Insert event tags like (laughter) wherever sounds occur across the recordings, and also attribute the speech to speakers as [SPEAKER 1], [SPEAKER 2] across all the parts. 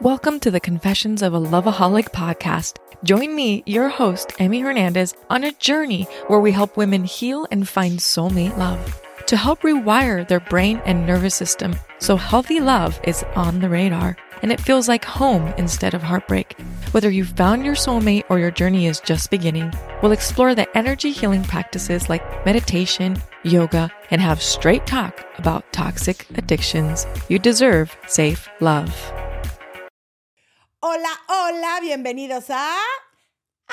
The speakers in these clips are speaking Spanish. [SPEAKER 1] Welcome to the Confessions of a Loveaholic podcast. Join me, your host, Emmy Hernandez, on a journey where we help women heal and find soulmate love to help rewire their brain and nervous system so healthy love is on the radar and it feels like home instead of heartbreak. Whether you've found your soulmate or your journey is just beginning, we'll explore the energy healing practices like meditation, yoga, and have straight talk about toxic addictions. You deserve safe love.
[SPEAKER 2] Hola, hola, bienvenidos a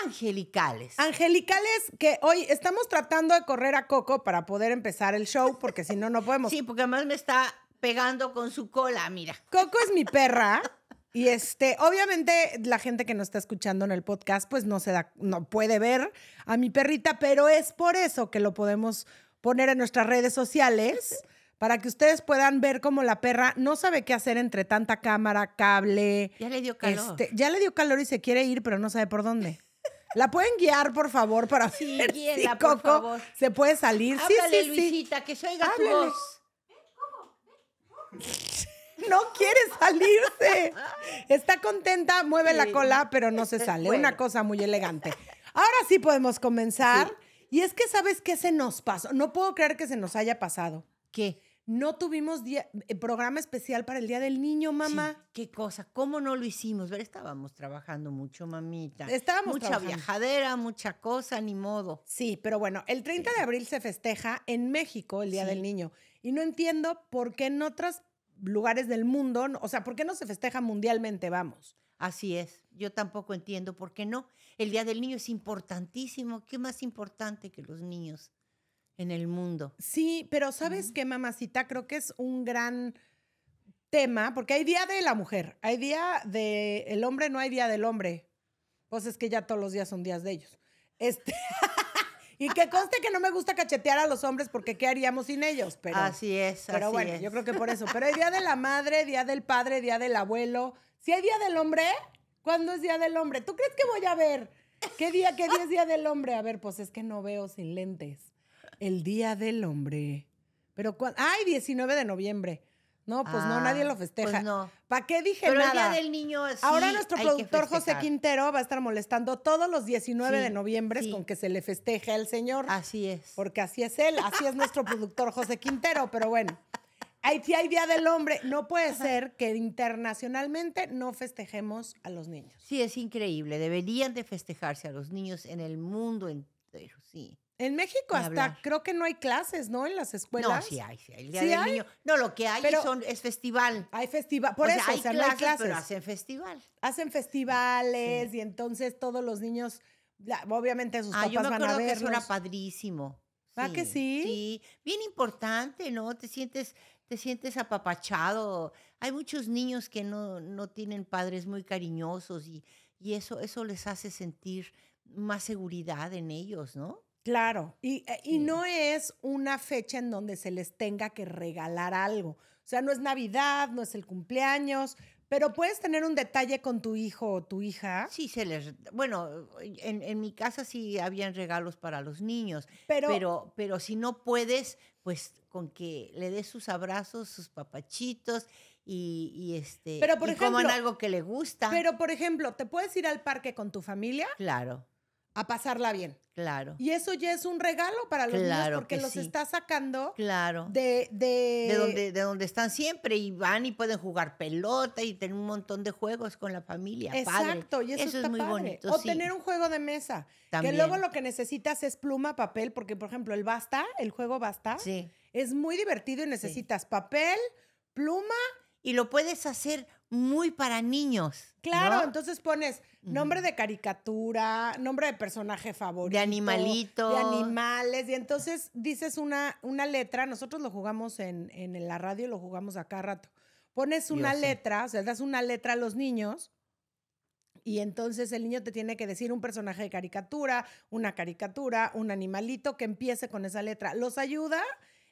[SPEAKER 3] Angelicales.
[SPEAKER 2] Angelicales, que hoy estamos tratando de correr a Coco para poder empezar el show, porque si no, no podemos.
[SPEAKER 3] (laughs) Sí, porque además me está pegando con su cola, mira.
[SPEAKER 2] Coco es mi perra. Y este, obviamente la gente que nos está escuchando en el podcast, pues no se da, no puede ver a mi perrita, pero es por eso que lo podemos poner en nuestras redes sociales para que ustedes puedan ver cómo la perra no sabe qué hacer entre tanta cámara, cable.
[SPEAKER 3] Ya le dio calor.
[SPEAKER 2] Este, ya le dio calor y se quiere ir, pero no sabe por
[SPEAKER 3] (laughs)
[SPEAKER 2] dónde. ¿La pueden guiar, por favor, para
[SPEAKER 3] Sí,
[SPEAKER 2] ver
[SPEAKER 3] guíenla,
[SPEAKER 2] si
[SPEAKER 3] por
[SPEAKER 2] Coco
[SPEAKER 3] favor.
[SPEAKER 2] se puede salir?
[SPEAKER 3] Háblale,
[SPEAKER 2] sí, sí, sí.
[SPEAKER 3] Luisita, que se oiga
[SPEAKER 2] Háblale.
[SPEAKER 3] tu voz.
[SPEAKER 2] (laughs) No quiere salirse. Está contenta, mueve la cola, pero no se sale.
[SPEAKER 3] Bueno.
[SPEAKER 2] Una cosa muy elegante. Ahora sí podemos comenzar. Y es que, ¿sabes qué se nos pasó? No puedo creer que se nos haya pasado.
[SPEAKER 3] ¿Qué?
[SPEAKER 2] No tuvimos día- eh, programa especial para el Día del Niño, mamá.
[SPEAKER 3] Sí, qué cosa, cómo no lo hicimos. Ver, estábamos trabajando mucho, mamita.
[SPEAKER 2] Estábamos
[SPEAKER 3] Mucha
[SPEAKER 2] trabajando.
[SPEAKER 3] viajadera, mucha cosa, ni modo.
[SPEAKER 2] Sí, pero bueno, el 30 de abril se festeja en México el Día
[SPEAKER 3] Sí.
[SPEAKER 2] del Niño. Y no entiendo por qué en otros lugares del mundo, no- o sea, ¿por qué no se festeja mundialmente, vamos?
[SPEAKER 3] Así es. Yo tampoco entiendo por qué no. El Día del Niño es importantísimo. ¿Qué más importante que los niños en el mundo?
[SPEAKER 2] Sí, pero ¿sabes qué, mamacita? Creo que es un gran tema, porque hay Día de la Mujer, hay Día del Hombre, no hay Día del Hombre. Pues es que ya todos los días son días de ellos. Este... (laughs) y que conste que no me gusta cachetear a los hombres porque ¿qué haríamos sin ellos? Pero...
[SPEAKER 3] así es,
[SPEAKER 2] Pero
[SPEAKER 3] así
[SPEAKER 2] bueno,
[SPEAKER 3] es.
[SPEAKER 2] yo creo que por eso. Pero hay día de la madre, día del padre, día del abuelo. Si hay día del hombre, ¿cuándo es día del hombre? ¿Tú crees que voy a ver? ¿Qué día, qué día es día del hombre? A ver, pues es que no veo sin lentes. El día del hombre. Pero cuándo? ay, 19 de noviembre. No, pues no,
[SPEAKER 3] Ah,
[SPEAKER 2] nadie lo festeja.
[SPEAKER 3] pues no.
[SPEAKER 2] ¿Para qué dije
[SPEAKER 3] Pero el
[SPEAKER 2] nada?
[SPEAKER 3] Día del Niño sí
[SPEAKER 2] Ahora nuestro
[SPEAKER 3] hay que
[SPEAKER 2] productor José
[SPEAKER 3] festejar.
[SPEAKER 2] Quintero va a estar molestando todos los 19 de
[SPEAKER 3] Sí,
[SPEAKER 2] noviembre
[SPEAKER 3] sí.
[SPEAKER 2] con que se le festeja al señor.
[SPEAKER 3] Así es.
[SPEAKER 2] Porque así es él, así es nuestro productor José Quintero, pero bueno. Ahí sí hay Día del Hombre. No puede ser que internacionalmente no festejemos a los niños.
[SPEAKER 3] Sí, es increíble. Deberían de festejarse a los niños en el mundo entero, sí.
[SPEAKER 2] En México
[SPEAKER 3] Ni
[SPEAKER 2] hasta
[SPEAKER 3] hablar.
[SPEAKER 2] creo que no hay clases, ¿no? En las escuelas.
[SPEAKER 3] No, sí hay, sí hay. El Día
[SPEAKER 2] ¿Sí
[SPEAKER 3] del
[SPEAKER 2] hay?
[SPEAKER 3] Niño. No, lo que hay
[SPEAKER 2] Pero-
[SPEAKER 3] son, es festival.
[SPEAKER 2] Hay festival, por
[SPEAKER 3] O sea,
[SPEAKER 2] eso, o sea, no hay clases.
[SPEAKER 3] pero
[SPEAKER 2] hacen...
[SPEAKER 3] hacen festival.
[SPEAKER 2] festivales y entonces todos los niños, la- obviamente sus
[SPEAKER 3] Ah,
[SPEAKER 2] papás
[SPEAKER 3] yo me
[SPEAKER 2] van a
[SPEAKER 3] acuerdo que
[SPEAKER 2] ver.
[SPEAKER 3] eso era padrísimo.
[SPEAKER 2] ¿Va que sí?
[SPEAKER 3] Sí, bien importante, ¿no? Te sientes, te sientes apapachado. Hay muchos niños que no, no tienen padres muy cariñosos y, y eso, eso les hace sentir más seguridad en ellos, ¿no?
[SPEAKER 2] Claro, y, eh, y
[SPEAKER 3] Sí.
[SPEAKER 2] no es una fecha en donde se les tenga que regalar algo. O sea, no es Navidad, no es el cumpleaños, pero puedes tener un detalle con tu hijo o tu hija,
[SPEAKER 3] Sí, se les. Bueno, en, en mi casa sí habían regalos para los niños,
[SPEAKER 2] pero,
[SPEAKER 3] pero, pero, si no puedes, pues con que le des sus abrazos, sus papachitos y, y este.
[SPEAKER 2] Pero, por
[SPEAKER 3] y coman
[SPEAKER 2] ejemplo,
[SPEAKER 3] algo que le gusta.
[SPEAKER 2] pero, por ejemplo, te puedes ir al parque con tu familia
[SPEAKER 3] Claro,
[SPEAKER 2] a pasarla bien.
[SPEAKER 3] claro,
[SPEAKER 2] Y eso ya es un regalo para los niños
[SPEAKER 3] Claro
[SPEAKER 2] porque
[SPEAKER 3] que
[SPEAKER 2] los
[SPEAKER 3] sí.
[SPEAKER 2] está sacando
[SPEAKER 3] claro. De,
[SPEAKER 2] de, de,
[SPEAKER 3] donde, de donde están siempre y van y pueden jugar pelota y tener un montón de juegos con la familia. padre.
[SPEAKER 2] Exacto, y eso,
[SPEAKER 3] Eso es
[SPEAKER 2] está
[SPEAKER 3] muy
[SPEAKER 2] padre.
[SPEAKER 3] bonito,
[SPEAKER 2] O
[SPEAKER 3] sí.
[SPEAKER 2] tener un juego de mesa.
[SPEAKER 3] También.
[SPEAKER 2] Que luego lo que necesitas es pluma, papel, porque por ejemplo el basta, el juego basta,
[SPEAKER 3] Sí.
[SPEAKER 2] Es muy divertido y necesitas papel, pluma.
[SPEAKER 3] Y lo puedes hacer muy para niños.
[SPEAKER 2] Claro,
[SPEAKER 3] ¿no?
[SPEAKER 2] entonces pones nombre de caricatura, nombre de personaje favorito.
[SPEAKER 3] animalito.
[SPEAKER 2] De animales. Y entonces dices una, una letra. Nosotros lo jugamos en, en la radio, lo jugamos acá a rato. Pones
[SPEAKER 3] Yo
[SPEAKER 2] una
[SPEAKER 3] sé.
[SPEAKER 2] letra, o sea, das una letra a los niños. Y entonces el niño te tiene que decir un personaje de caricatura, una caricatura, un animalito que empiece con esa letra. Los ayuda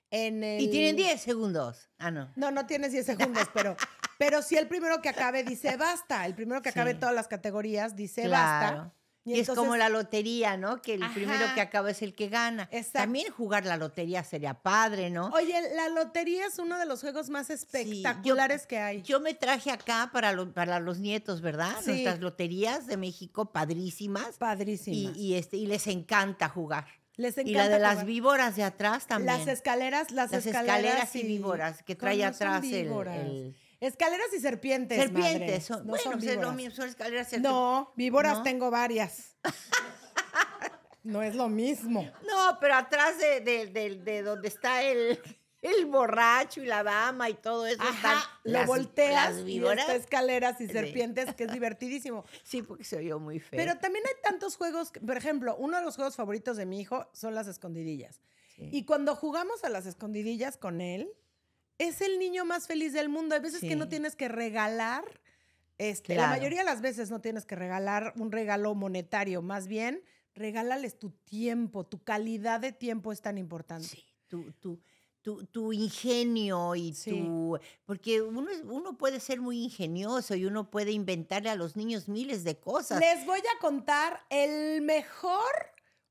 [SPEAKER 2] en el...
[SPEAKER 3] Y tienen 10 segundos. Ah, no.
[SPEAKER 2] No, no tienes 10 segundos, pero, pero si el primero que acabe dice basta, el primero que acabe
[SPEAKER 3] Sí.
[SPEAKER 2] todas las categorías dice basta.
[SPEAKER 3] Claro. Y,
[SPEAKER 2] Y
[SPEAKER 3] es como
[SPEAKER 2] entonces-
[SPEAKER 3] la lotería, ¿no? Que el primero
[SPEAKER 2] Ajá.
[SPEAKER 3] que acaba es el que gana.
[SPEAKER 2] Exacto.
[SPEAKER 3] También jugar la lotería sería padre, ¿no?
[SPEAKER 2] Oye, la lotería es uno de los juegos más espectaculares que hay.
[SPEAKER 3] Yo me traje acá para, lo- para los nietos, ¿verdad?
[SPEAKER 2] Sí.
[SPEAKER 3] Nuestras loterías de México padrísimas.
[SPEAKER 2] Padrísimo.
[SPEAKER 3] Y, y este, y les encanta jugar.
[SPEAKER 2] Les encanta
[SPEAKER 3] y la de las
[SPEAKER 2] jugar.
[SPEAKER 3] víboras de atrás también.
[SPEAKER 2] Las escaleras, las,
[SPEAKER 3] Las escaleras
[SPEAKER 2] escaleras,
[SPEAKER 3] y víboras que trae
[SPEAKER 2] ¿Cómo son
[SPEAKER 3] atrás el-
[SPEAKER 2] víboras?
[SPEAKER 3] el-
[SPEAKER 2] Escaleras y serpientes. madre.
[SPEAKER 3] serpientes. Son,
[SPEAKER 2] No
[SPEAKER 3] bueno,
[SPEAKER 2] son
[SPEAKER 3] pues es lo
[SPEAKER 2] víboras.
[SPEAKER 3] mismo, son escaleras serpientes.
[SPEAKER 2] No, víboras
[SPEAKER 3] ¿No?
[SPEAKER 2] tengo
[SPEAKER 3] (laughs)
[SPEAKER 2] varias. No es lo mismo.
[SPEAKER 3] No, pero atrás de, de- de- de donde está el, (laughs) el borracho y la dama y todo eso. están
[SPEAKER 2] Ajá, lo
[SPEAKER 3] las-
[SPEAKER 2] volteas
[SPEAKER 3] las
[SPEAKER 2] y está
[SPEAKER 3] víboras.
[SPEAKER 2] escaleras y
[SPEAKER 3] (laughs) Sí.
[SPEAKER 2] serpientes, que es divertidísimo.
[SPEAKER 3] Sí, porque se oyó muy feo.
[SPEAKER 2] Pero también hay tantos juegos, que- por ejemplo, uno de los juegos favoritos de mi hijo son las escondidillas.
[SPEAKER 3] Sí.
[SPEAKER 2] Y cuando jugamos a las escondidillas con él, es el niño más feliz del mundo. Hay veces que no
[SPEAKER 3] Sí.
[SPEAKER 2] tienes que regalar, este, la
[SPEAKER 3] Claro.
[SPEAKER 2] mayoría de las veces no tienes que regalar un regalo monetario, más bien regálales tu tiempo, tu calidad de tiempo es tan importante.
[SPEAKER 3] Sí, tu, tu, tu, tu ingenio y
[SPEAKER 2] Sí.
[SPEAKER 3] tu... Porque uno, es- uno puede ser muy ingenioso y uno puede inventarle a los niños miles de cosas.
[SPEAKER 2] Les voy a contar el mejor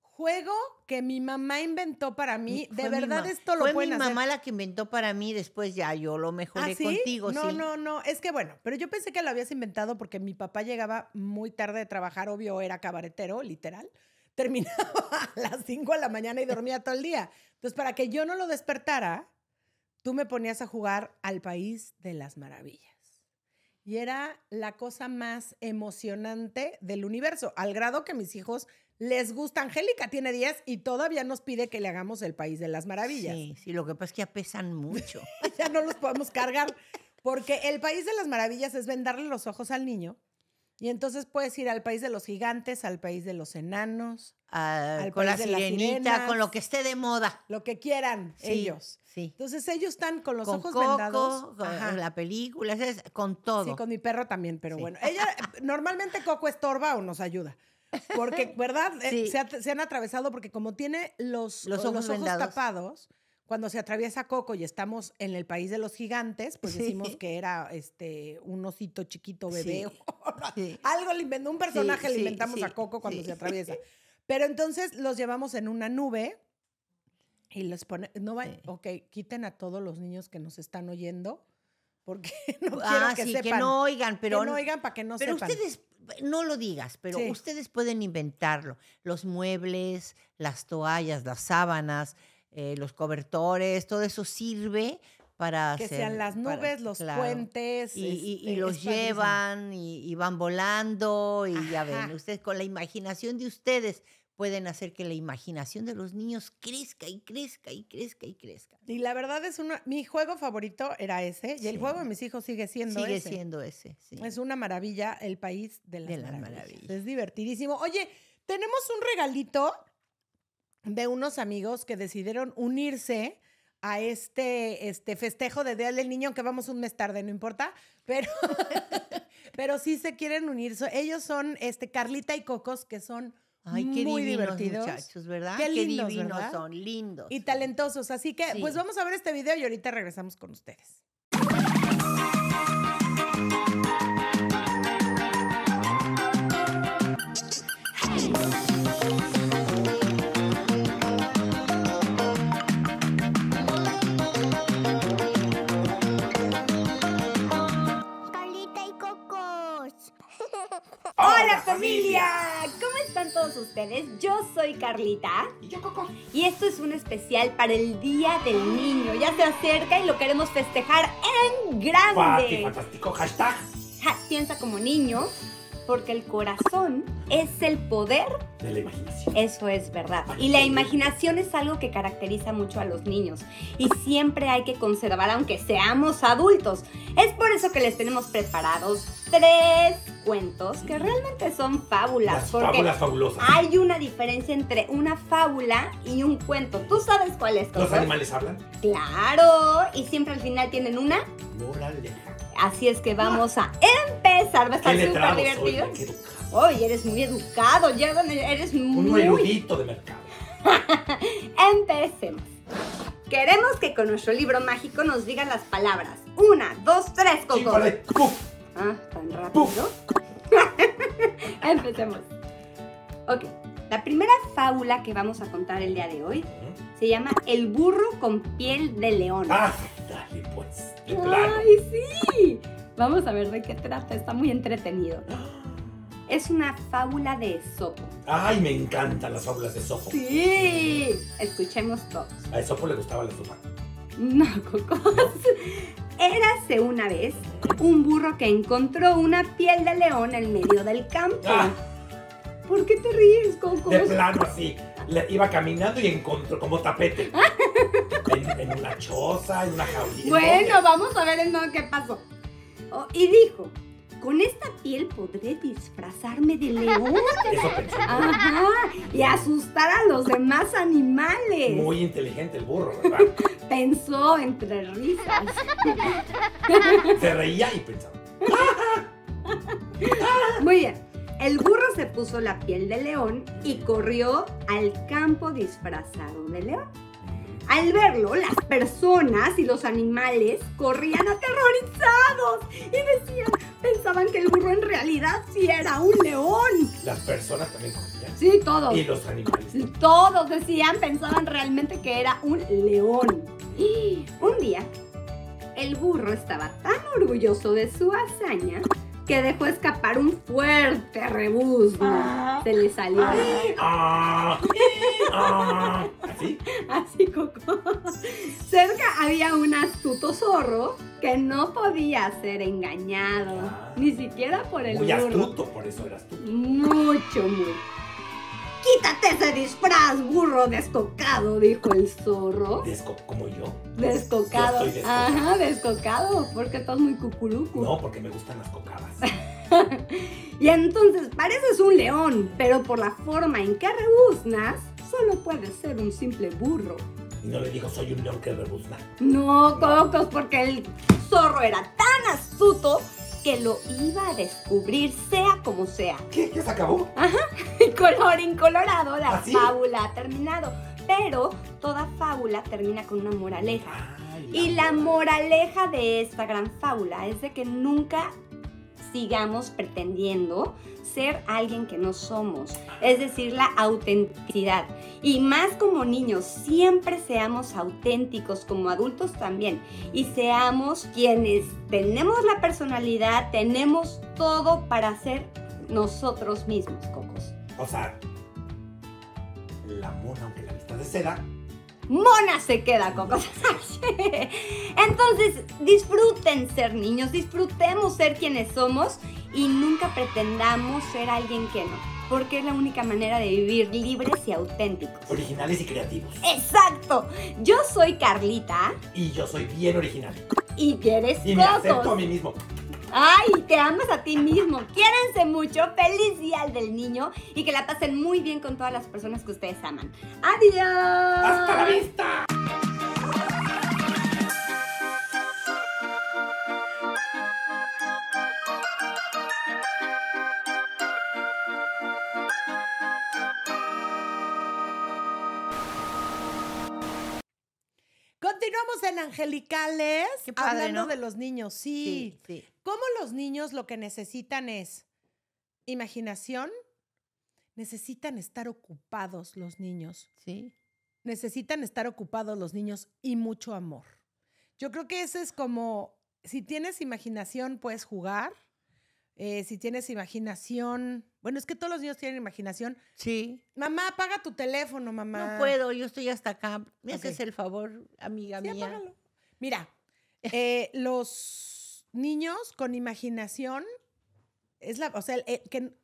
[SPEAKER 2] juego que mi mamá inventó para mí.
[SPEAKER 3] Fue
[SPEAKER 2] de
[SPEAKER 3] mi
[SPEAKER 2] verdad
[SPEAKER 3] ma-
[SPEAKER 2] esto lo
[SPEAKER 3] Fue
[SPEAKER 2] pueden
[SPEAKER 3] mi
[SPEAKER 2] hacer.
[SPEAKER 3] mamá la que inventó para mí, después ya yo lo mejoré
[SPEAKER 2] ¿Ah, sí?
[SPEAKER 3] contigo.
[SPEAKER 2] No,
[SPEAKER 3] sí.
[SPEAKER 2] no, no. Es que bueno, pero yo pensé que lo habías inventado porque mi papá llegaba muy tarde de trabajar, obvio, era cabaretero, literal. (laughs) Terminaba a las 5 de la mañana y dormía todo el día. Entonces, para que yo no lo despertara, tú me ponías a jugar al País de las Maravillas. Y era la cosa más emocionante del universo, al grado que mis hijos les gusta. Angélica tiene 10 y todavía nos pide que le hagamos el País de las Maravillas
[SPEAKER 3] Sí, sí, lo que pasa es que ya
[SPEAKER 2] (laughs)
[SPEAKER 3] pesan mucho.
[SPEAKER 2] ya no los podemos cargar. Porque el país de las maravillas es vendarle los ojos al niño. Y entonces puedes ir al país de los gigantes, al país de los enanos,
[SPEAKER 3] Ah,
[SPEAKER 2] Al
[SPEAKER 3] con la
[SPEAKER 2] país de las
[SPEAKER 3] sirenita, con lo
[SPEAKER 2] sirenas.
[SPEAKER 3] que esté de moda.
[SPEAKER 2] lo que quieran
[SPEAKER 3] Sí,
[SPEAKER 2] ellos.
[SPEAKER 3] Sí.
[SPEAKER 2] Entonces ellos están con los
[SPEAKER 3] con
[SPEAKER 2] ojos
[SPEAKER 3] Coco,
[SPEAKER 2] vendados.
[SPEAKER 3] con
[SPEAKER 2] Ajá.
[SPEAKER 3] la película, ¿sabes? con todo.
[SPEAKER 2] Sí, con mi perro también, pero
[SPEAKER 3] Sí.
[SPEAKER 2] bueno. Ella, eh, normalmente Coco estorba o nos ayuda.
[SPEAKER 3] (laughs)
[SPEAKER 2] Porque, ¿verdad? Eh,
[SPEAKER 3] Sí.
[SPEAKER 2] Se, ha- se han atravesado porque como tiene los, los
[SPEAKER 3] Los ojos
[SPEAKER 2] ojos,
[SPEAKER 3] vendados.
[SPEAKER 2] tapados, cuando se atraviesa Coco y estamos en el país de los gigantes, pues
[SPEAKER 3] Sí.
[SPEAKER 2] decimos que era este un osito chiquito bebé. (laughs)
[SPEAKER 3] Sí. Sí.
[SPEAKER 2] Algo le inventó, un personaje
[SPEAKER 3] sí,
[SPEAKER 2] le inventamos
[SPEAKER 3] sí,
[SPEAKER 2] a Coco cuando
[SPEAKER 3] sí.
[SPEAKER 2] se
[SPEAKER 3] (laughs)
[SPEAKER 2] atraviesa. Pero entonces los llevamos en una nube y los pone, no va,
[SPEAKER 3] Sí.
[SPEAKER 2] ok, quiten a todos los niños que nos están oyendo porque (laughs) no
[SPEAKER 3] ah,
[SPEAKER 2] quiero que
[SPEAKER 3] sí,
[SPEAKER 2] sepan
[SPEAKER 3] que no oigan, pero,
[SPEAKER 2] que no oigan para que no
[SPEAKER 3] pero
[SPEAKER 2] sepan.
[SPEAKER 3] ustedes, no lo digas, pero
[SPEAKER 2] Sí.
[SPEAKER 3] ustedes pueden inventarlo. Los muebles, las toallas, las sábanas, eh, los cobertores, todo eso sirve para
[SPEAKER 2] que
[SPEAKER 3] hacer-
[SPEAKER 2] sean las
[SPEAKER 3] para-
[SPEAKER 2] nubes, los
[SPEAKER 3] claro.
[SPEAKER 2] puentes.
[SPEAKER 3] Y, y- y
[SPEAKER 2] este,
[SPEAKER 3] los
[SPEAKER 2] es padrísimo.
[SPEAKER 3] llevan y, y van volando y ya ven,
[SPEAKER 2] Ajá.
[SPEAKER 3] ustedes con la imaginación de ustedes pueden hacer que la imaginación de los niños crezca y crezca y crezca y crezca.
[SPEAKER 2] Y la verdad es una, mi juego favorito era ese, y
[SPEAKER 3] Sí.
[SPEAKER 2] el juego de mis hijos sigue siendo
[SPEAKER 3] Sigue
[SPEAKER 2] ese.
[SPEAKER 3] siendo ese. sí.
[SPEAKER 2] Es una maravilla el país de las,
[SPEAKER 3] De las
[SPEAKER 2] maravillas.
[SPEAKER 3] maravillas.
[SPEAKER 2] Es divertidísimo. Oye, tenemos un regalito de unos amigos que decidieron unirse a este, este festejo de Día del Niño, que vamos un mes tarde, no importa, pero, (laughs) pero sí se quieren unir. So- Ellos son este, Carlita y Cocos, que son
[SPEAKER 3] Ay, qué
[SPEAKER 2] muy
[SPEAKER 3] divinos
[SPEAKER 2] divertidos
[SPEAKER 3] muchachos, ¿verdad?
[SPEAKER 2] Qué lindos,
[SPEAKER 3] divinos
[SPEAKER 2] ¿verdad?
[SPEAKER 3] son, lindos.
[SPEAKER 2] y talentosos. Así que,
[SPEAKER 3] Sí.
[SPEAKER 2] pues vamos a ver este video y ahorita regresamos con ustedes.
[SPEAKER 4] Carlita y Cocos.
[SPEAKER 5] ¡Hola familia! ¿Cómo están todos ustedes? Yo soy Carlita. Y yo Coco. Y esto es un especial para el Día del Niño. Ya se acerca y lo queremos festejar en
[SPEAKER 6] ¡Guau, qué
[SPEAKER 5] grande.
[SPEAKER 6] fantástico hashtag!
[SPEAKER 5] Ja, piensa como niño, porque el corazón es el poder.
[SPEAKER 6] De la imaginación.
[SPEAKER 5] Eso es verdad. Y la imaginación es algo que caracteriza mucho a los niños. Y siempre hay que conservar aunque seamos adultos. Es por eso que les tenemos preparados tres cuentos que realmente son fábulas.
[SPEAKER 6] Las
[SPEAKER 5] porque
[SPEAKER 6] fábulas fabulosas.
[SPEAKER 5] hay una diferencia entre una fábula y un cuento. ¿Tú sabes cuál es?
[SPEAKER 6] ¿Los
[SPEAKER 5] Coco?
[SPEAKER 6] animales hablan?
[SPEAKER 5] Claro. Y siempre al final tienen una.
[SPEAKER 6] Moraleja.
[SPEAKER 5] Así es que vamos a empezar. Va a estar
[SPEAKER 6] ¿Qué
[SPEAKER 5] súper
[SPEAKER 6] letrado
[SPEAKER 5] divertido.
[SPEAKER 6] soy? Qué educado.
[SPEAKER 5] Oye, eres muy educado. ya eres
[SPEAKER 6] Un
[SPEAKER 5] muy...
[SPEAKER 6] erudito de mercado.
[SPEAKER 5] Empecemos. Queremos que con nuestro libro mágico nos digan las palabras. Una, dos, tres, Coco.
[SPEAKER 6] Chíngale, ¡puf!
[SPEAKER 5] (laughs) Ah, tan rápido. Empecemos. Ok, la primera fábula que vamos a contar el día de hoy
[SPEAKER 6] ¿Mm?
[SPEAKER 5] se llama El burro con piel de león.
[SPEAKER 6] Ah, dale pues. De plano.
[SPEAKER 5] ¡Ay, sí! Vamos a ver de qué trata, está muy entretenido. Es una fábula de Esopo.
[SPEAKER 6] Ay, me encantan las fábulas de Sopo.
[SPEAKER 5] Sí, escuchemos todos.
[SPEAKER 6] A Sopo le gustaba la sopa.
[SPEAKER 5] No, cocos. Érase una vez un burro que encontró una piel de león en medio del campo.
[SPEAKER 6] Ah.
[SPEAKER 5] ¿Por qué te ríes, cocos?
[SPEAKER 6] De plano así. Le- iba caminando y encontró como
[SPEAKER 5] (laughs)
[SPEAKER 6] tapete. en, en una choza, en una jaulita.
[SPEAKER 5] Bueno, vamos a ver el no qué pasó. Oh, y dijo, con esta piel podré disfrazarme de león.
[SPEAKER 6] Eso pensó.
[SPEAKER 5] Ajá, y asustar a los demás animales.
[SPEAKER 6] Muy inteligente el burro, ¿verdad?
[SPEAKER 5] (laughs) Pensó entre risas.
[SPEAKER 6] Se reía y pensaba.
[SPEAKER 5] Muy bien. El burro se puso la piel de león y corrió al campo disfrazado de león.
[SPEAKER 6] "Mm,
[SPEAKER 5] Al verlo, las personas y los animales corrían aterrorizados y decían, pensaban que el burro en realidad sí era un león.
[SPEAKER 6] Las personas también comían.
[SPEAKER 5] Sí, todos.
[SPEAKER 6] Y los animales.
[SPEAKER 5] Y Todos decían, pensaban realmente que era un león. Y un día, el burro estaba tan orgulloso de su hazaña que dejó escapar un fuerte rebuzno. Se le salió
[SPEAKER 6] ¡Ah! ¡Ah! ¿Así?
[SPEAKER 5] así coco. Cerca había un astuto zorro que no podía ser engañado, Ah. ni siquiera por el
[SPEAKER 6] Ah. Muy
[SPEAKER 5] burro.
[SPEAKER 6] astuto, por eso eras tú.
[SPEAKER 5] Mucho, muy. Quítate ese disfraz, burro descocado, dijo el zorro.
[SPEAKER 6] Desco como yo.
[SPEAKER 5] Descocado.
[SPEAKER 6] Yo soy descocado.
[SPEAKER 5] Ajá, descocado, porque estás muy cucurucu.
[SPEAKER 6] No, porque me gustan las cocadas.
[SPEAKER 5] (laughs) Y entonces pareces un león, pero por la forma en que rebuznas, solo puedes ser un simple burro.
[SPEAKER 6] Y no le dijo, soy un león que rebuzna.
[SPEAKER 5] No, cocos, porque el zorro era tan astuto que lo iba a descubrir sea como sea.
[SPEAKER 6] ¿Qué? ¿Ya se acabó?
[SPEAKER 5] Ah, (laughs) Y colorín colorado, la
[SPEAKER 6] ¿Ah, sí?
[SPEAKER 5] fábula ha terminado. Pero toda fábula termina con una moraleja.
[SPEAKER 6] Ay,
[SPEAKER 5] Y la moraleja de esta gran fábula es de que nunca sigamos pretendiendo ser alguien que no somos, es decir, la autenticidad. Y más como niños, siempre seamos auténticos, como adultos también, y seamos quienes tenemos la personalidad, tenemos todo para ser nosotros mismos, cocos.
[SPEAKER 6] O sea, la mona, aunque la vista de seda,
[SPEAKER 5] Mona se queda, cocos. (laughs) Entonces, disfruten ser niños, disfrutemos ser quienes somos y nunca pretendamos ser alguien que no, porque es la única manera de vivir libres y auténticos.
[SPEAKER 6] originales y creativos.
[SPEAKER 5] Eh. Exacto. Yo soy Carlita
[SPEAKER 6] Y yo soy bien original.
[SPEAKER 5] y quieres
[SPEAKER 6] Y me acepto a
[SPEAKER 5] cocos.
[SPEAKER 6] mí mismo.
[SPEAKER 5] Ay, te amas a ti mismo. Quiéranse mucho. Feliz día del niño y que la pasen muy bien con todas las personas que ustedes aman. Adiós. Ah.
[SPEAKER 6] ¡Hasta la vista!
[SPEAKER 2] Continuamos en Angelicales,
[SPEAKER 3] Qué padre,
[SPEAKER 2] hablando
[SPEAKER 3] ¿no?
[SPEAKER 2] de los niños. Sí.
[SPEAKER 3] Sí, sí.
[SPEAKER 2] ¿Cómo los niños lo que necesitan es imaginación? Necesitan estar ocupados los niños.
[SPEAKER 3] sí.
[SPEAKER 2] necesitan estar ocupados los niños y mucho amor. Yo creo que ese es como, si tienes imaginación, puedes jugar. Eh, si tienes imaginación, bueno, es que todos los niños tienen imaginación.
[SPEAKER 3] Sí.
[SPEAKER 2] Mamá, apaga tu teléfono, mamá.
[SPEAKER 3] No puedo, yo estoy hasta acá. ¿Me
[SPEAKER 2] Ok.
[SPEAKER 3] haces el favor, amiga
[SPEAKER 2] Sí,
[SPEAKER 3] mía?
[SPEAKER 2] apágalo. Mira, eh, los niños con imaginación es la, o sea, el- eh, que,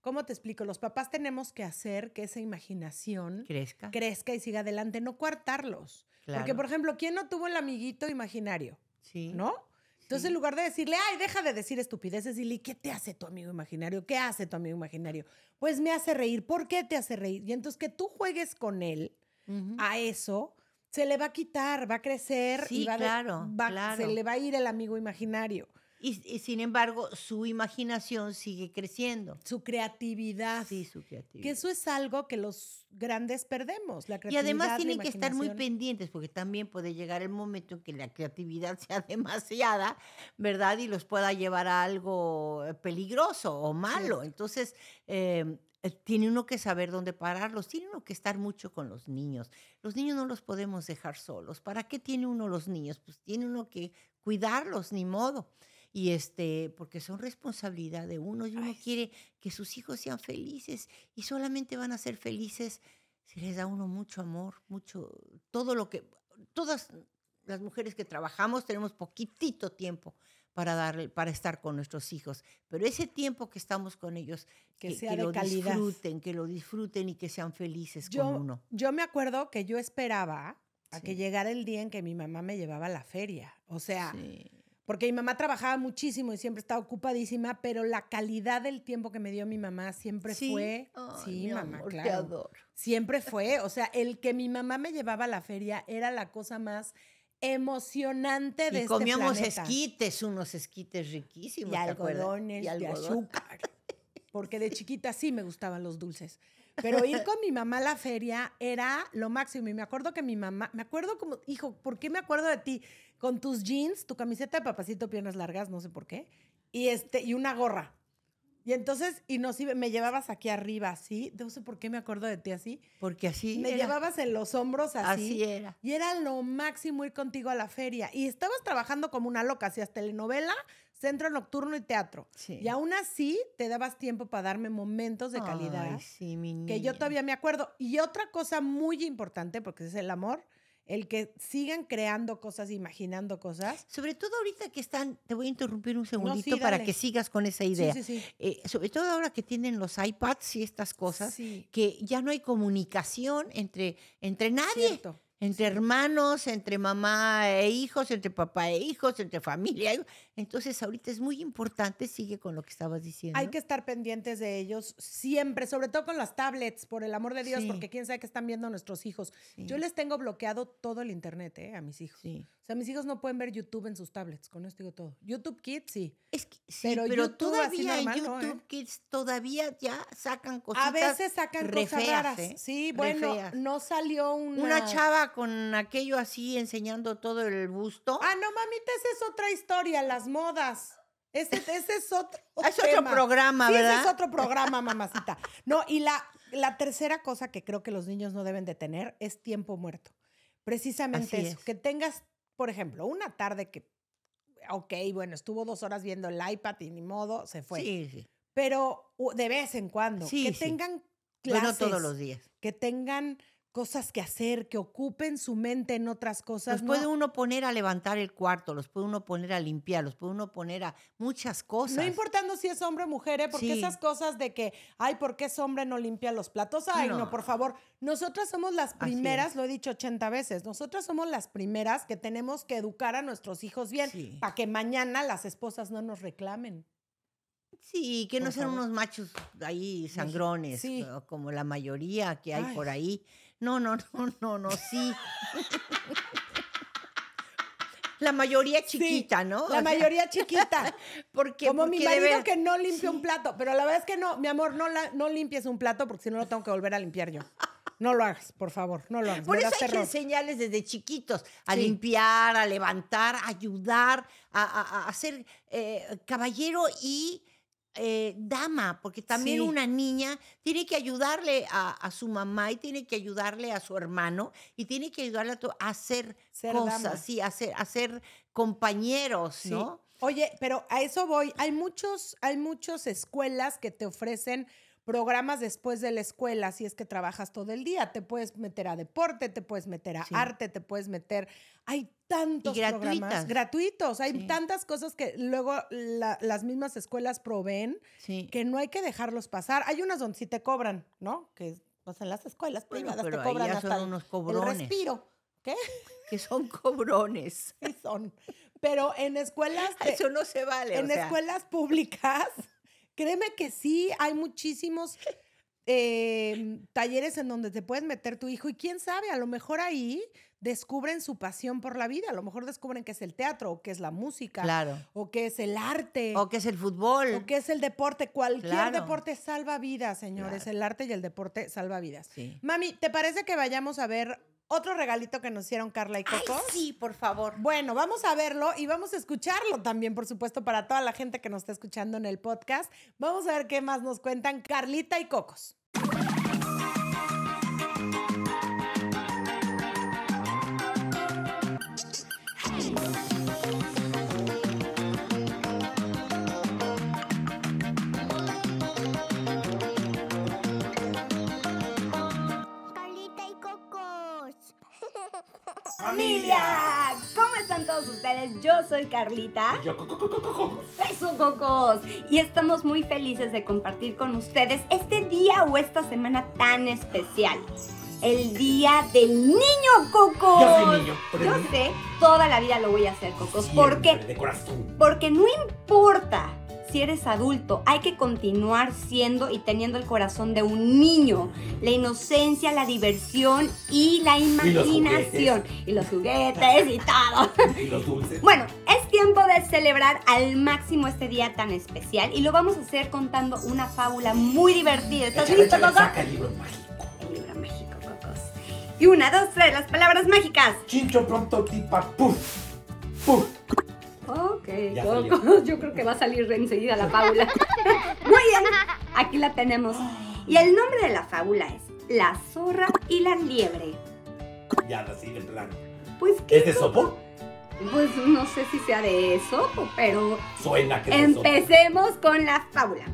[SPEAKER 2] ¿cómo te explico? Los papás tenemos que hacer que esa imaginación
[SPEAKER 3] Crezca.
[SPEAKER 2] crezca y siga adelante, no coartarlos. Porque,
[SPEAKER 3] claro.
[SPEAKER 2] por ejemplo, ¿quién no tuvo el amiguito imaginario?
[SPEAKER 3] Sí.
[SPEAKER 2] ¿No? Entonces,
[SPEAKER 3] Sí.
[SPEAKER 2] en lugar de decirle, ay, deja de decir estupideces, dile, ¿qué te hace tu amigo imaginario? ¿Qué hace tu amigo imaginario? Pues me hace reír. ¿Por qué te hace reír? Y entonces que tú juegues con él
[SPEAKER 3] Ujú.
[SPEAKER 2] a eso, se le va a quitar, va a crecer y
[SPEAKER 3] Sí,
[SPEAKER 2] va a de-
[SPEAKER 3] claro,
[SPEAKER 2] va-
[SPEAKER 3] claro.
[SPEAKER 2] se le va a ir el amigo imaginario.
[SPEAKER 3] Y, y sin embargo, su imaginación sigue creciendo.
[SPEAKER 2] Su creatividad.
[SPEAKER 3] Sí, su
[SPEAKER 2] Ah,
[SPEAKER 3] creatividad.
[SPEAKER 2] Que eso es algo que los grandes perdemos, la
[SPEAKER 3] y
[SPEAKER 2] creatividad. la
[SPEAKER 3] además tienen que estar muy
[SPEAKER 2] imaginación.
[SPEAKER 3] pendientes porque también puede llegar el momento en que la creatividad (laughs) sea demasiada, ¿verdad? Y los pueda llevar a algo eh, peligroso o malo. Entonces, eh, eh, tiene uno que saber dónde pararlos, tiene uno que estar mucho con los niños. Los niños no los podemos dejar solos. ¿Para qué tiene uno los niños? Pues tiene uno que cuidarlos, ni modo. Y este, porque son responsabilidad de uno y uno
[SPEAKER 1] Ay, sí.
[SPEAKER 3] quiere que sus hijos sean felices y solamente van a ser felices si les da uno mucho amor, mucho, todo lo que, todas las mujeres que trabajamos tenemos poquitito tiempo para darle, para estar con nuestros hijos, pero ese tiempo que estamos con ellos,
[SPEAKER 2] Que sea de
[SPEAKER 3] lo
[SPEAKER 2] calidad.
[SPEAKER 3] disfruten, que lo disfruten y que sean felices con
[SPEAKER 2] Yo,
[SPEAKER 3] uno.
[SPEAKER 2] yo me acuerdo que yo esperaba a que
[SPEAKER 3] Sí.
[SPEAKER 2] llegara el día en que mi mamá me llevaba a la feria. O sea,
[SPEAKER 3] Sí.
[SPEAKER 2] porque mi mamá trabajaba muchísimo y siempre estaba ocupadísima, pero la calidad del tiempo que me dio mi mamá siempre
[SPEAKER 3] Sí.
[SPEAKER 2] pues fue.
[SPEAKER 3] Ay,
[SPEAKER 2] sí,
[SPEAKER 3] mi
[SPEAKER 2] mamá,
[SPEAKER 3] amor, te
[SPEAKER 2] claro.
[SPEAKER 3] adoro.
[SPEAKER 2] Siempre fue, o sea, el que mi mamá me llevaba a la feria era la cosa más emocionante de
[SPEAKER 3] Y
[SPEAKER 2] este
[SPEAKER 3] comíamos
[SPEAKER 2] planeta.
[SPEAKER 3] esquites, unos esquites riquísimos.
[SPEAKER 2] y
[SPEAKER 3] ¿te acuerdas?
[SPEAKER 2] algodones
[SPEAKER 3] Y
[SPEAKER 2] de
[SPEAKER 3] algodón. (laughs)
[SPEAKER 2] azúcar. Porque de chiquita sí me gustaban los dulces. Pero ir con mi mamá a la feria era lo máximo. Y me acuerdo que mi mamá, me acuerdo como, hijo, ¿por qué me acuerdo de ti? Con tus jeans, tu camiseta de papacito, piernas largas, no sé por qué, y, este, y una gorra. Y entonces, y nos iba- me llevabas aquí arriba así, no sé por qué me acuerdo de ti así.
[SPEAKER 3] Porque así
[SPEAKER 2] Me
[SPEAKER 3] era,
[SPEAKER 2] llevabas en los hombros
[SPEAKER 3] así era.
[SPEAKER 2] y era lo máximo ir contigo a la feria. Y estabas trabajando como una loca, hacías telenovela, centro nocturno y teatro.
[SPEAKER 3] Sí.
[SPEAKER 2] Y aún así te dabas tiempo para darme momentos de calidad
[SPEAKER 3] Ay, sí, mi
[SPEAKER 2] que yo
[SPEAKER 3] niña.
[SPEAKER 2] todavía me acuerdo. Y otra cosa muy importante, porque es el amor, el que sigan creando cosas, imaginando cosas.
[SPEAKER 3] Sobre todo ahorita que están, te voy a interrumpir un segundito
[SPEAKER 2] sí,
[SPEAKER 3] para
[SPEAKER 2] dale.
[SPEAKER 3] que sigas con esa idea.
[SPEAKER 2] Sí, sí, sí.
[SPEAKER 3] Eh, sobre todo ahora que tienen los iPads y estas cosas,
[SPEAKER 2] Sí,
[SPEAKER 3] que ya no hay comunicación entre, entre nadie.
[SPEAKER 2] cierto.
[SPEAKER 3] Entre hermanos, entre mamá e hijos, entre papá e hijos, entre familia. Entonces, ahorita es muy importante, sigue con lo que estabas diciendo.
[SPEAKER 2] Hay que estar pendientes de ellos siempre, sobre todo con las tablets, por el amor de Dios,
[SPEAKER 3] Sí.
[SPEAKER 2] porque quién sabe qué están viendo nuestros hijos.
[SPEAKER 3] Sí.
[SPEAKER 2] Yo les tengo bloqueado todo el internet ¿eh? a mis hijos.
[SPEAKER 3] Sí.
[SPEAKER 2] O sea, mis hijos no pueden ver YouTube en sus tablets, con esto digo todo. YouTube Kids, sí.
[SPEAKER 3] Es que, sí,
[SPEAKER 2] Pero
[SPEAKER 3] pero,
[SPEAKER 2] YouTube así
[SPEAKER 3] todavía en
[SPEAKER 2] normal no,
[SPEAKER 3] YouTube
[SPEAKER 2] ¿eh?
[SPEAKER 3] Kids todavía ya sacan cositas.
[SPEAKER 2] A veces sacan
[SPEAKER 3] re
[SPEAKER 2] cosas
[SPEAKER 3] feas,
[SPEAKER 2] raras.
[SPEAKER 3] ¿eh?
[SPEAKER 2] Sí,
[SPEAKER 3] Re
[SPEAKER 2] bueno,
[SPEAKER 3] feas.
[SPEAKER 2] no salió una...
[SPEAKER 3] Una chava con aquello así enseñando todo el busto.
[SPEAKER 2] Ah, no, mamita, esa es otra historia, las modas. Ese, ese es otro
[SPEAKER 3] (laughs) Ah, es otro
[SPEAKER 2] tema.
[SPEAKER 3] programa,
[SPEAKER 2] Sí, ese
[SPEAKER 3] ¿verdad?
[SPEAKER 2] es otro programa, mamacita. No, y la, la tercera cosa que creo que los niños no deben de tener es tiempo muerto. Precisamente
[SPEAKER 3] Así
[SPEAKER 2] eso.
[SPEAKER 3] es.
[SPEAKER 2] Que tengas, por ejemplo, una tarde que, ok, bueno, estuvo dos horas viendo el iPad y ni modo, se fue.
[SPEAKER 3] Sí, sí.
[SPEAKER 2] Pero u- de vez en cuando,
[SPEAKER 3] Sí,
[SPEAKER 2] que
[SPEAKER 3] sí.
[SPEAKER 2] tengan
[SPEAKER 3] Bueno,
[SPEAKER 2] clases,
[SPEAKER 3] todos los días.
[SPEAKER 2] que tengan cosas que hacer, que ocupen su mente en otras cosas.
[SPEAKER 3] Los puede
[SPEAKER 2] no,
[SPEAKER 3] uno poner a levantar el cuarto, los puede uno poner a limpiar, los puede uno poner a muchas cosas.
[SPEAKER 2] No importando si es hombre o mujer, ¿eh? porque
[SPEAKER 3] Sí.
[SPEAKER 2] esas cosas de que, ay, ¿por qué es hombre no limpia los platos? Ay, no,
[SPEAKER 3] No.
[SPEAKER 2] por favor. Nosotras somos las
[SPEAKER 3] Así
[SPEAKER 2] primeras,
[SPEAKER 3] es.
[SPEAKER 2] lo he dicho 80 veces, nosotras somos las primeras que tenemos que educar a nuestros hijos bien
[SPEAKER 3] Sí.
[SPEAKER 2] para que mañana las esposas no nos reclamen.
[SPEAKER 3] Sí, que no
[SPEAKER 2] Por
[SPEAKER 3] sean
[SPEAKER 2] favor.
[SPEAKER 3] unos machos ahí sangrones,
[SPEAKER 2] Sí.
[SPEAKER 3] co- como la mayoría que hay
[SPEAKER 2] Ay.
[SPEAKER 3] por ahí. No, no, no, no, no,
[SPEAKER 2] (laughs)
[SPEAKER 3] sí. la mayoría chiquita, ¿no? O
[SPEAKER 2] La
[SPEAKER 3] sea, (laughs)
[SPEAKER 2] mayoría chiquita.
[SPEAKER 3] porque,
[SPEAKER 2] Como mi
[SPEAKER 3] porque de
[SPEAKER 2] marido
[SPEAKER 3] ver-
[SPEAKER 2] que no limpia un plato, pero la verdad es que no, mi amor, no, la- no limpies un plato porque si no lo tengo que volver a limpiar yo. No lo hagas, por favor, no lo hagas.
[SPEAKER 3] Por
[SPEAKER 2] me
[SPEAKER 3] eso
[SPEAKER 2] das
[SPEAKER 3] hay que
[SPEAKER 2] terror.
[SPEAKER 3] enseñarles desde chiquitos a
[SPEAKER 2] Sí.
[SPEAKER 3] limpiar, a levantar, a ayudar, a, a- a- a ser eh, caballero y eh, dama, porque también
[SPEAKER 2] Sí.
[SPEAKER 3] una niña tiene que ayudarle a, a su mamá y tiene que ayudarle a su hermano y tiene que ayudarle a, to- a hacer
[SPEAKER 2] Ser
[SPEAKER 3] cosas,
[SPEAKER 2] dama.
[SPEAKER 3] sí, a ser, a ser compañeros,
[SPEAKER 2] Sí.
[SPEAKER 3] ¿no?
[SPEAKER 2] Oye, pero a eso voy. Hay muchos, hay muchas escuelas que te ofrecen programas después de la escuela, si es que trabajas todo el día. Te puedes meter a deporte, te puedes meter a
[SPEAKER 3] Sí.
[SPEAKER 2] arte, te puedes meter. Hay tantos
[SPEAKER 3] Y gratuitas.
[SPEAKER 2] programas gratuitos. Hay
[SPEAKER 3] Sí.
[SPEAKER 2] tantas cosas que luego la- las mismas escuelas proveen
[SPEAKER 3] Sí.
[SPEAKER 2] que no hay que dejarlos pasar. Hay unas donde sí te cobran, ¿no? Que pues, en las escuelas
[SPEAKER 3] Bueno,
[SPEAKER 2] privadas
[SPEAKER 3] pero
[SPEAKER 2] te
[SPEAKER 3] ahí
[SPEAKER 2] cobran
[SPEAKER 3] ya
[SPEAKER 2] hasta
[SPEAKER 3] son
[SPEAKER 2] el-
[SPEAKER 3] unos
[SPEAKER 2] el
[SPEAKER 3] cobrones,
[SPEAKER 2] respiro. ¿Qué?
[SPEAKER 3] que
[SPEAKER 2] (laughs)
[SPEAKER 3] son (laughs) cobrones.
[SPEAKER 2] Sí son. Pero en escuelas de-
[SPEAKER 3] (laughs) Eso no se vale.
[SPEAKER 2] en
[SPEAKER 3] o sea,
[SPEAKER 2] escuelas públicas, (laughs) créeme que sí, hay muchísimos eh, talleres en donde te puedes meter tu hijo y quién sabe, a lo mejor ahí descubren su pasión por la vida, a lo mejor descubren que es el teatro o que es la música
[SPEAKER 3] Claro.
[SPEAKER 2] o que es el arte.
[SPEAKER 3] O que es el fútbol.
[SPEAKER 2] eh, o que es el deporte, cualquier
[SPEAKER 3] Claro.
[SPEAKER 2] deporte salva vidas, señores.
[SPEAKER 3] Claro.
[SPEAKER 2] El arte y el deporte salva vidas.
[SPEAKER 3] Sí.
[SPEAKER 2] Mami, ¿te parece que vayamos a ver otro regalito que nos hicieron Carla y
[SPEAKER 3] Ay,
[SPEAKER 2] Coco.
[SPEAKER 3] sí, por favor.
[SPEAKER 2] Bueno, vamos a verlo y vamos a escucharlo también, por supuesto, para toda la gente que nos está escuchando en el podcast. Vamos a ver qué más nos cuentan Carlita y Cocos.
[SPEAKER 4] Carlita y Cocos.
[SPEAKER 5] ¡Familia! ¿Cómo están todos ustedes? Yo soy Carlita.
[SPEAKER 6] Y yo, co, co, co, co, co, co.
[SPEAKER 5] ¡Eso, cocos! Y estamos muy felices de compartir con ustedes este día o esta semana tan especial. El día del niño, cocos.
[SPEAKER 6] Yo soy niño, pero
[SPEAKER 5] Yo
[SPEAKER 6] niño.
[SPEAKER 5] sé, toda la vida lo voy a hacer, cocos.
[SPEAKER 6] Siempre,
[SPEAKER 5] Pues, ¿Por qué?
[SPEAKER 6] De corazón.
[SPEAKER 5] Porque no importa si eres adulto, hay que continuar siendo y teniendo el corazón de un niño. La inocencia, la diversión y la
[SPEAKER 6] los
[SPEAKER 5] imaginación. Y los juguetes y todo. (laughs)
[SPEAKER 6] Y los dulces.
[SPEAKER 5] Bueno, es tiempo de celebrar al máximo este día tan especial y lo vamos a hacer contando una fábula muy divertida. ¿Estás
[SPEAKER 6] Échale,
[SPEAKER 5] listo,
[SPEAKER 6] échale,
[SPEAKER 5] Coco?
[SPEAKER 6] Saca el libro mágico.
[SPEAKER 5] El libro mágico, Cocos. Y una, dos, tres, las palabras mágicas.
[SPEAKER 6] Chincho pronto tipa puf. Puf.
[SPEAKER 5] Ok,
[SPEAKER 6] Ya
[SPEAKER 5] Coco, (laughs) yo creo que va a salir enseguida la fábula. (laughs) Muy bien, aquí la tenemos. Y el nombre de la fábula es La zorra y la liebre.
[SPEAKER 6] Ya, así de plano.
[SPEAKER 5] Pues qué.
[SPEAKER 6] ¿Es de sopo?
[SPEAKER 5] Pues no sé si sea de eso, pero
[SPEAKER 6] Suena que es de sopo.
[SPEAKER 5] Empecemos con la fábula.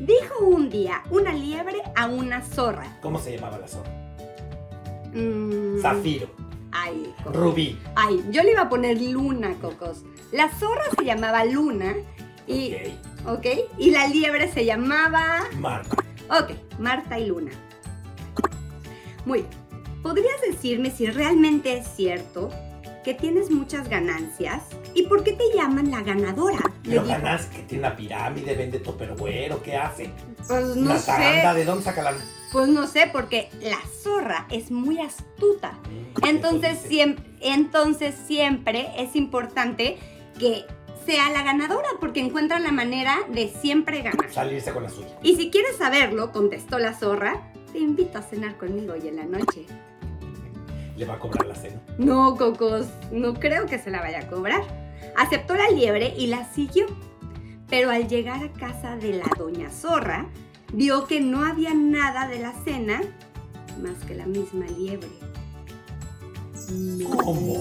[SPEAKER 5] Dijo un día una liebre a una zorra.
[SPEAKER 6] ¿Cómo se llamaba la zona?
[SPEAKER 5] Mm,
[SPEAKER 6] Zafiro.
[SPEAKER 5] Ay, Cocos.
[SPEAKER 6] Rubí.
[SPEAKER 5] Ay, yo le iba a poner luna, Cocos. La zorra se llamaba Luna y.
[SPEAKER 6] Ok.
[SPEAKER 5] Ok. Y la liebre se llamaba.
[SPEAKER 6] Marco.
[SPEAKER 5] Ok, Marta y Luna. Muy bien. ¿Podrías decirme si realmente es cierto que tienes muchas ganancias? ¿Y por qué te llaman la ganadora? Le
[SPEAKER 6] Pero
[SPEAKER 5] dijo.
[SPEAKER 6] ganas que tiene la pirámide, vende topergüero, ¿qué hace?
[SPEAKER 5] Pues no
[SPEAKER 6] la
[SPEAKER 5] sé.
[SPEAKER 6] zaranda, ¿de dónde saca la.?
[SPEAKER 5] Pues no sé, porque la zorra es muy astuta. Entonces,
[SPEAKER 6] Mm, Eso dice.
[SPEAKER 5] siem- entonces siempre es importante que sea la ganadora, porque encuentra la manera de siempre ganar.
[SPEAKER 6] Salirse con la suya.
[SPEAKER 5] Y si quieres saberlo, contestó la zorra, te invito a cenar conmigo hoy en la noche.
[SPEAKER 6] Le va a cobrar la cena.
[SPEAKER 5] No, Cocos, no creo que se la vaya a cobrar. Aceptó la liebre y la siguió. Pero al llegar a casa de la doña zorra, vio que no había nada de la cena más que la misma liebre. (laughs)
[SPEAKER 6] ¿Cómo?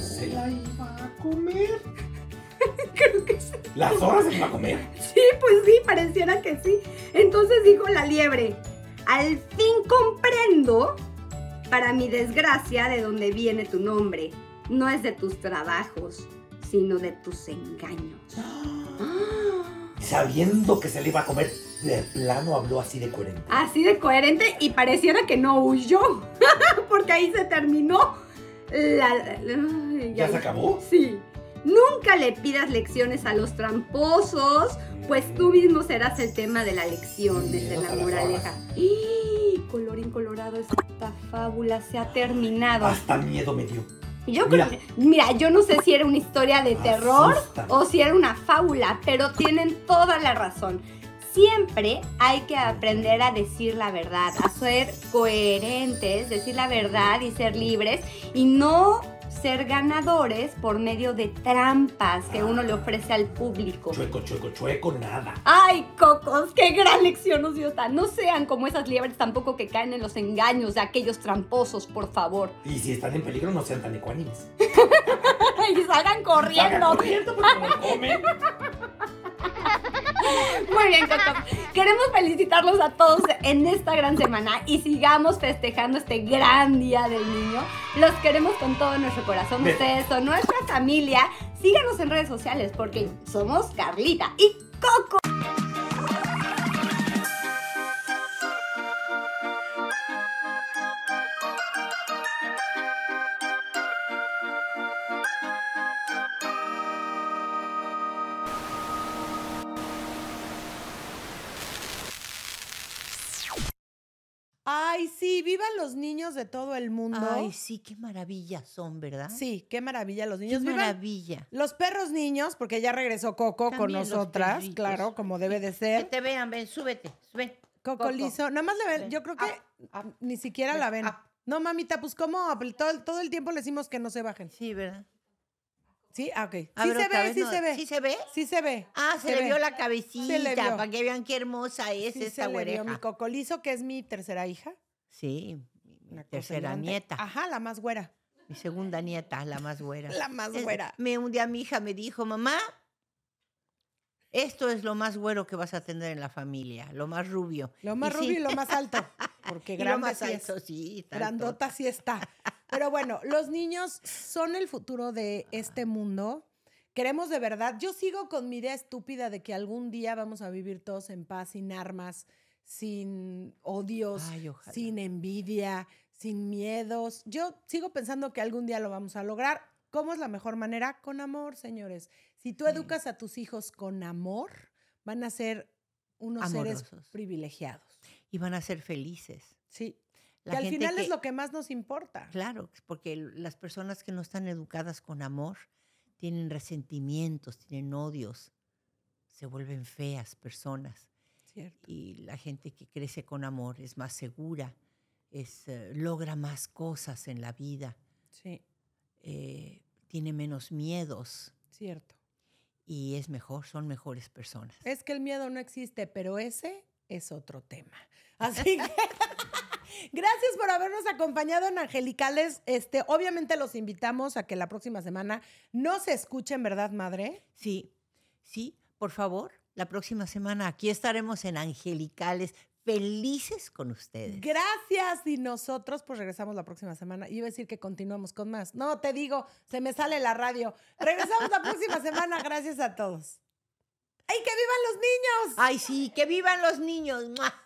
[SPEAKER 6] Se la iba a comer.
[SPEAKER 5] (laughs) Creo que sí.
[SPEAKER 6] ¿La zorra se la iba a comer?
[SPEAKER 5] Sí, pues sí, pareciera que sí. Entonces dijo la liebre, al fin comprendo, para mi desgracia, de dónde viene tu nombre. No es de tus trabajos, sino de tus engaños.
[SPEAKER 6] Sabiendo que se le iba a comer, de plano habló así de coherente.
[SPEAKER 5] Así de coherente y pareciera que no huyó, (laughs) porque ahí se terminó la... ay,
[SPEAKER 6] ¿Ya se acabó?
[SPEAKER 5] Sí. Nunca le pidas lecciones a los tramposos, pues tú mismo serás el tema de la lección, desde la moraleja. ¡Y! Colorín colorado, esta fábula se ha terminado.
[SPEAKER 6] Hasta miedo me dio.
[SPEAKER 5] Yo creo
[SPEAKER 6] Mira.
[SPEAKER 5] que- mira, yo no sé si era una historia de terror
[SPEAKER 6] Asusta.
[SPEAKER 5] o si era una fábula, pero tienen toda la razón. Siempre hay que aprender a decir la verdad, a ser coherentes, decir la verdad y ser libres y no ser ganadores por medio de trampas que uno le ofrece al público.
[SPEAKER 6] Chueco, chueco, chueco, nada.
[SPEAKER 5] Ay, cocos, qué gran lección nos dio tan. No sean como esas liebres tampoco que caen en los engaños de aquellos tramposos, por favor. (laughs)
[SPEAKER 6] Y si están en peligro, no sean tan ecuánimes.
[SPEAKER 5] Y salgan corriendo.
[SPEAKER 6] Salgan corriendo porque me lo comen.
[SPEAKER 5] Muy bien, Coco. Queremos felicitarlos a todos en esta gran semana y sigamos festejando este gran día del niño. Los queremos con todo nuestro corazón.
[SPEAKER 6] Bien.
[SPEAKER 5] Ustedes son nuestra familia. Síganos en redes sociales porque somos Carlita y Coco.
[SPEAKER 2] Ay, sí, vivan los niños de todo el mundo.
[SPEAKER 3] Ay, sí, qué maravilla son, ¿verdad?
[SPEAKER 2] Sí, qué maravilla los
[SPEAKER 3] qué
[SPEAKER 2] niños. Vivan
[SPEAKER 3] maravilla.
[SPEAKER 2] los perros niños, porque ya regresó Coco con
[SPEAKER 3] También los
[SPEAKER 2] nosotras,
[SPEAKER 3] perritos.
[SPEAKER 2] claro, como debe de
[SPEAKER 3] Que
[SPEAKER 2] ser.
[SPEAKER 3] te vean, ven, súbete, ven.
[SPEAKER 2] Coco,
[SPEAKER 3] Coco.
[SPEAKER 2] liso, nada más le ven,
[SPEAKER 3] Ven,
[SPEAKER 2] yo creo que
[SPEAKER 3] up, up,
[SPEAKER 2] ni siquiera la ven.
[SPEAKER 3] up,
[SPEAKER 2] No, mamita, pues ¿cómo? Apl- Todo, todo el tiempo le decimos que no se bajen.
[SPEAKER 3] Sí, ¿verdad?
[SPEAKER 2] ¿Sí? Ah, ok.
[SPEAKER 3] A
[SPEAKER 2] sí,
[SPEAKER 3] ver,
[SPEAKER 2] se
[SPEAKER 3] otra
[SPEAKER 2] ve,
[SPEAKER 3] vez,
[SPEAKER 2] sí
[SPEAKER 3] no,
[SPEAKER 2] se ve,
[SPEAKER 3] ¿Sí se ve?
[SPEAKER 2] Sí se ve.
[SPEAKER 3] Ah, se, le
[SPEAKER 2] ve.
[SPEAKER 3] vio la
[SPEAKER 2] Se le
[SPEAKER 3] cabecita,
[SPEAKER 2] vio.
[SPEAKER 3] para que vean qué hermosa es
[SPEAKER 2] Sí se
[SPEAKER 3] esta
[SPEAKER 2] le vio
[SPEAKER 3] güereja.
[SPEAKER 2] Mi cocolizo, que es mi tercera hija.
[SPEAKER 3] Sí, mi- mi
[SPEAKER 2] Una cosa
[SPEAKER 3] tercera
[SPEAKER 2] grande.
[SPEAKER 3] nieta.
[SPEAKER 2] Ajá, la más güera.
[SPEAKER 3] Mi segunda nieta, la más güera.
[SPEAKER 2] (laughs) La más
[SPEAKER 3] Es-
[SPEAKER 2] güera.
[SPEAKER 3] Me, un día mi hija me dijo, mamá, esto es lo más güero que vas a tener en la familia, lo más rubio.
[SPEAKER 2] Lo más
[SPEAKER 3] (laughs) Y sí,
[SPEAKER 2] rubio y lo más alto. Porque
[SPEAKER 3] y lo
[SPEAKER 2] grande
[SPEAKER 3] más
[SPEAKER 2] sí es.
[SPEAKER 3] alto, sí, tanto.
[SPEAKER 2] Grandota sí está. Pero bueno, los niños son el futuro de este mundo. Queremos de verdad. Yo sigo con mi idea estúpida de que algún día vamos a vivir todos en paz, sin armas, sin odios,
[SPEAKER 3] Ay, ojalá.
[SPEAKER 2] sin envidia, sin miedos. Yo sigo pensando que algún día lo vamos a lograr. ¿Cómo es la mejor manera? Con amor, señores. Si tú educas a tus hijos con amor, van a ser unos seres
[SPEAKER 3] Amorosos.
[SPEAKER 2] privilegiados.
[SPEAKER 3] Y van a ser felices.
[SPEAKER 2] Sí.
[SPEAKER 3] La
[SPEAKER 2] que al
[SPEAKER 3] gente
[SPEAKER 2] final
[SPEAKER 3] que-
[SPEAKER 2] es lo que más nos importa.
[SPEAKER 3] Claro, porque el- las personas que no están educadas con amor tienen resentimientos, tienen odios, se vuelven feas personas.
[SPEAKER 2] Cierto.
[SPEAKER 3] y la gente que crece con amor es más segura, es, eh, logra más cosas en la vida,
[SPEAKER 2] Sí,
[SPEAKER 3] eh, tiene menos miedos
[SPEAKER 2] cierto.
[SPEAKER 3] y es mejor, son mejores personas.
[SPEAKER 2] Es que el miedo no existe, pero ese es otro tema. Así que (laughs) gracias por habernos acompañado en Angelicales. Este, obviamente los invitamos a que la próxima semana nos escuchen, ¿verdad, madre?
[SPEAKER 3] Sí, sí, por favor, la próxima semana aquí estaremos en Angelicales, felices con ustedes.
[SPEAKER 2] Gracias y nosotros pues regresamos la próxima semana. Iba a decir que continuamos con más. No, te digo, se me sale la radio. Regresamos la próxima semana. Gracias a todos. ¡Ay, que vivan los niños!
[SPEAKER 3] Ay, sí, que vivan los niños. ¡Mua!